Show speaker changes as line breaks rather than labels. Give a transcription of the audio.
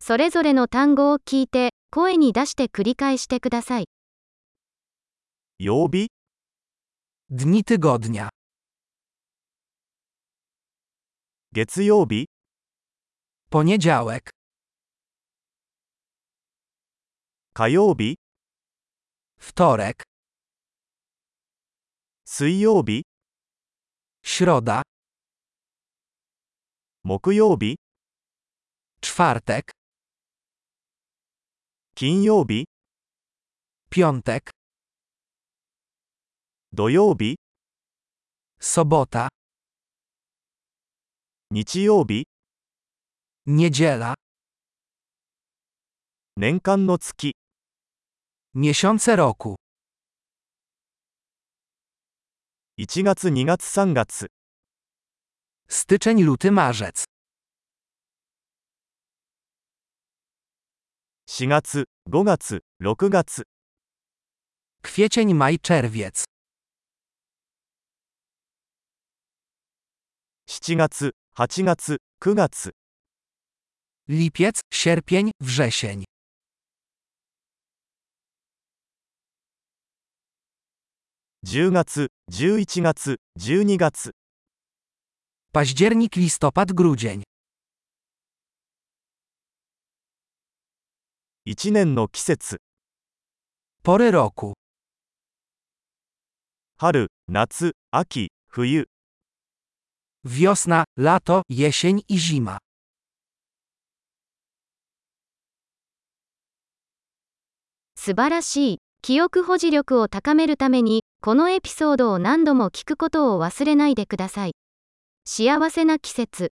それぞれの単語を聞いて、声に出して繰り返してください。
曜日、
Dni tygodnia.
月曜日、
Poniedziałek.
火曜日、
Wtorek.
水曜日、
Środa.
木曜日、
Czwartek.
金曜日、
Piątek.
土曜日、
Sobota.
日曜日、
Niedziela.
年間の月、
Miesiące roku.
1月2月3月、
Styczeń, luty, marzec.
4月、5月、6月、
Kwiecień, maj, czerwiec.
7月、8月、9月、
Lipiec, sierpień, wrzesień.
10月、11月、12月、
Październik, listopad, grudzień.
1年の季節、
Pory roku.
春、夏、秋、冬、
Wiosna, lato, jesień i zima.
素晴らしい。記憶保持力を高めるために、このエピソードを何度も聞くことを忘れないでください。幸せな季節。